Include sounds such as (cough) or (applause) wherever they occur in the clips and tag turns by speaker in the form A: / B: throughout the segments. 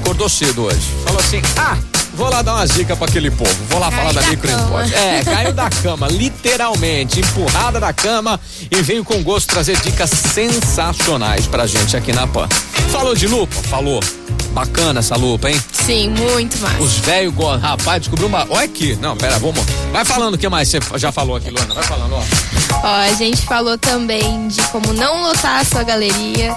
A: acordou cedo hoje. Falou assim: ah, vou lá dar umas dicas pra aquele povo. Vou lá
B: Caiu
A: falar da,
B: da
A: micro
B: cama.
A: import. É, caiu da cama, literalmente, empurrada da cama e veio com gosto trazer dicas sensacionais pra gente aqui na PAN. Falou de lupa? Falou. Bacana essa lupa, hein?
B: Sim, muito mais.
A: Os velhos gostam. Rapaz, descobriu uma. Olha aqui. Não, pera, vamos. Vai falando o que mais você já falou aqui, Luana. Vai falando, ó.
B: Ó, a gente falou também de como não lotar a sua galeria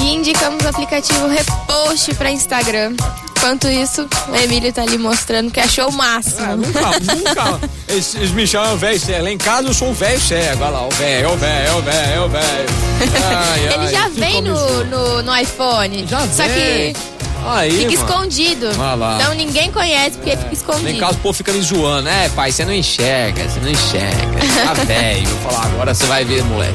B: e indicamos o aplicativo Repost para Instagram. Enquanto isso, o Emílio tá ali mostrando que achou
A: Ah,
B: o máximo.
A: nunca, nunca. Eles, eles me chamam é velho cego. Lá em casa eu sou o velho cego. Olha lá, o velho, é o velho, o velho, o velho.
B: (laughs)
A: Ai,
B: (laughs) Ele
A: ai,
B: já
A: que
B: vem no,
A: comichão.
B: no, no iPhone.
A: Já
B: só
A: vem.
B: que
A: Aí,
B: fica
A: mano.
B: escondido.
A: Ah lá. É.
B: Então ninguém conhece porque fica
A: Lá em
B: escondido.
A: casa o povo fica me zoando. É, pai, você não enxerga, você não enxerga. Você Tá velho. Eu falo, agora você vai ver, moleque.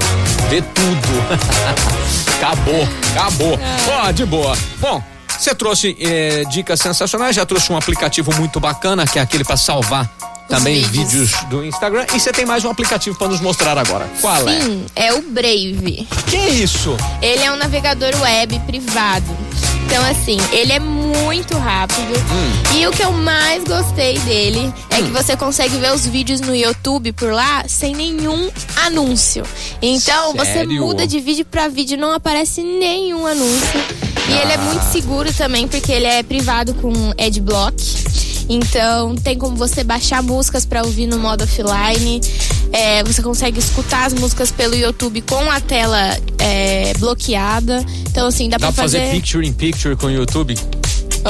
A: Vê tudo. (laughs) acabou, acabou. Ó, de boa. Bom. Você trouxe eh, dicas sensacionais, já trouxe um aplicativo muito bacana, que é aquele pra salvar também
B: vídeos.
A: vídeos. do Instagram. E você tem mais um aplicativo pra nos mostrar agora. Qual é?
B: Sim, é o Brave.
A: Que isso?
B: Ele é um navegador web privado. Então, assim, ele é muito rápido. E o que eu mais gostei dele é que você consegue ver os vídeos no YouTube por lá sem nenhum anúncio. Então, você
A: Sério?
B: muda de vídeo pra vídeo, não aparece nenhum anúncio. E
A: Ah.
B: ele é muito seguro também, porque ele é privado com adblock. Então, tem como você baixar músicas pra ouvir no modo offline. É, você consegue escutar as músicas pelo YouTube com a tela é, bloqueada. Então, assim, dá,
A: Dá pra fazer picture in picture com o YouTube?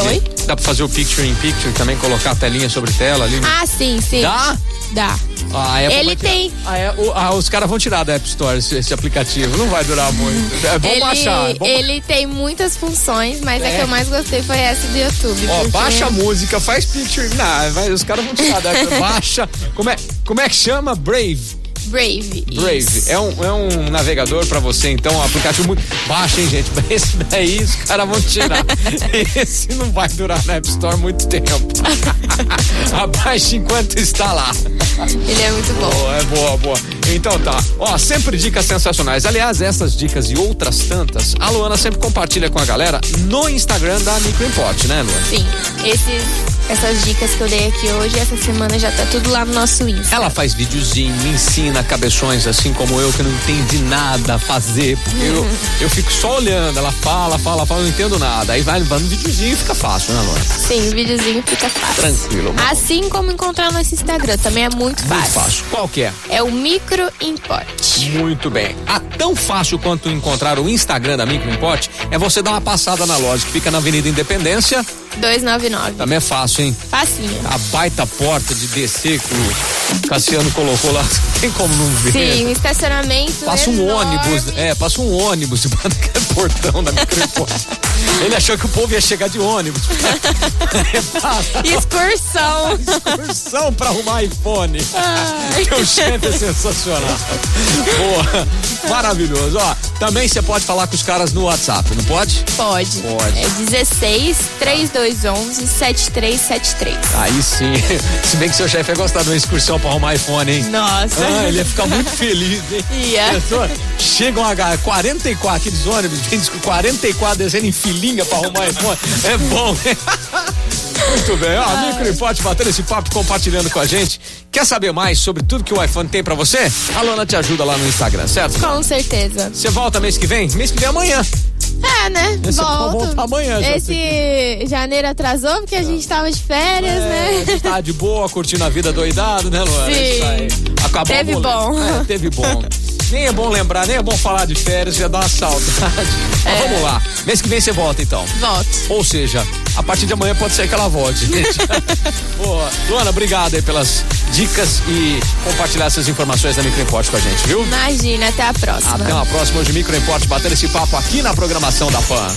B: Oi?
A: Dá pra fazer o picture in picture também, colocar a telinha sobre tela ali?
B: Ah, sim, sim.
A: Dá?
B: Dá.
A: Ah, a Apple
B: Ele
A: vai tirar.
B: tem-
A: Ah, é, o- ah, os caras vão tirar da App Store esse, esse aplicativo. Não vai durar muito. É bom
B: ele,
A: baixar. é bom-
B: ele tem muitas funções, mas a
A: É.
B: que eu mais gostei foi essa do YouTube.
A: Ó,
B: porque-
A: baixa a música, faz picture. Não, vai, os caras vão tirar da App
B: (laughs)
A: Store. Baixa. Como é, como é que chama? Brave.
B: Brave.
A: Brave.
B: isso.
A: É um, é um navegador pra você, então, um aplicativo muito. Baixa, hein, gente? (laughs) Esse daí os caras vão
B: (laughs)
A: tirar. Esse não vai durar na App Store muito tempo. (laughs) Abaixa enquanto está lá. um-
B: Ele é muito bom.
A: Boa, é boa, boa. Então tá. Ó, sempre dicas sensacionais. Aliás, essas dicas e outras tantas, a Luana sempre compartilha com a galera no Instagram da Micro Import, né, Luana?
B: Sim, esses, essas dicas que eu dei aqui hoje, essa semana já tá tudo lá no nosso Insta.
A: Ela faz videozinho, ensina cabeções assim como eu, que não entendi nada a fazer. Porque eu, eu fico só olhando, ela fala, fala, fala, eu não entendo nada. Aí vai, vai no videozinho e fica fácil, né, Luana?
B: Sim, o videozinho fica fácil.
A: Tranquilo, mano.
B: Assim como encontrar nosso Instagram, também é muito fácil.
A: Muito fácil. Qual que é?
B: É o Micro Import.
A: Muito bem. Ah, tão fácil quanto encontrar o Instagram da Micro Import é você dar uma passada na loja que fica na Avenida Independência.
B: 299.
A: Também é fácil, hein?
B: Facinho.
A: A baita porta de descer que o Cassiano colocou lá. (laughs) Não tem como não ver.
B: Sim, estacionamento.
A: Passa um
B: enorme.
A: ônibus, é, passa um ônibus (laughs) debaixo daquele portão da microimporte. Ele achou que o povo ia chegar de ônibus. (laughs) É
B: Excursão.
A: Excursão pra arrumar iPhone. Meu chefe é sensacional. Boa, maravilhoso. Ó, também você pode falar com os caras no WhatsApp, não pode?
B: Pode.
A: Pode.
B: É 16 3211 7373.
A: Aí sim. (laughs) Se bem que seu chefe ia gostar de uma excursão pra arrumar iPhone, hein?
B: Nossa. (laughs)
A: Ah, ele ia ficar muito feliz, hein?
B: Ia.
A: Pessoa, chegam a ga- 44, aqueles ônibus, (laughs) tem disco 44 desenho em filinha pra arrumar iPhone. É bom, hein? (laughs) Muito bem, ó, Micro Import batendo esse papo, compartilhando com a gente. Quer saber mais sobre tudo que o iPhone tem pra você? A Lona te ajuda lá no Instagram, certo?
B: Com certeza.
A: Você volta mês que vem? Mês que vem é amanhã.
B: É, né?
A: Esse é pra
B: Volto.
A: voltar amanhã, já
B: Esse janeiro atrasou porque a gente tava de férias,
A: É, (laughs)
B: né?
A: Tá de boa, curtindo a vida doidado, né, Luana?
B: Sim.
A: Isso aí. Acabou
B: Teve
A: o boleto.
B: bom.
A: É, teve bom.
B: (laughs)
A: Nem é bom lembrar, nem é bom falar de férias, já dá uma
B: (laughs)
A: saudade. Mas
B: É.
A: vamos lá. Mês que vem você volta, então.
B: Volto.
A: Ou seja, a partir de amanhã pode ser que ela volte.
B: (laughs)
A: gente. boa. Luana, obrigado aí pelas dicas e compartilhar essas informações da Microimporte com a gente, viu?
B: Imagina, até a próxima.
A: Até uma próxima. Hoje, Microimporte batendo esse papo aqui na programação da PAN.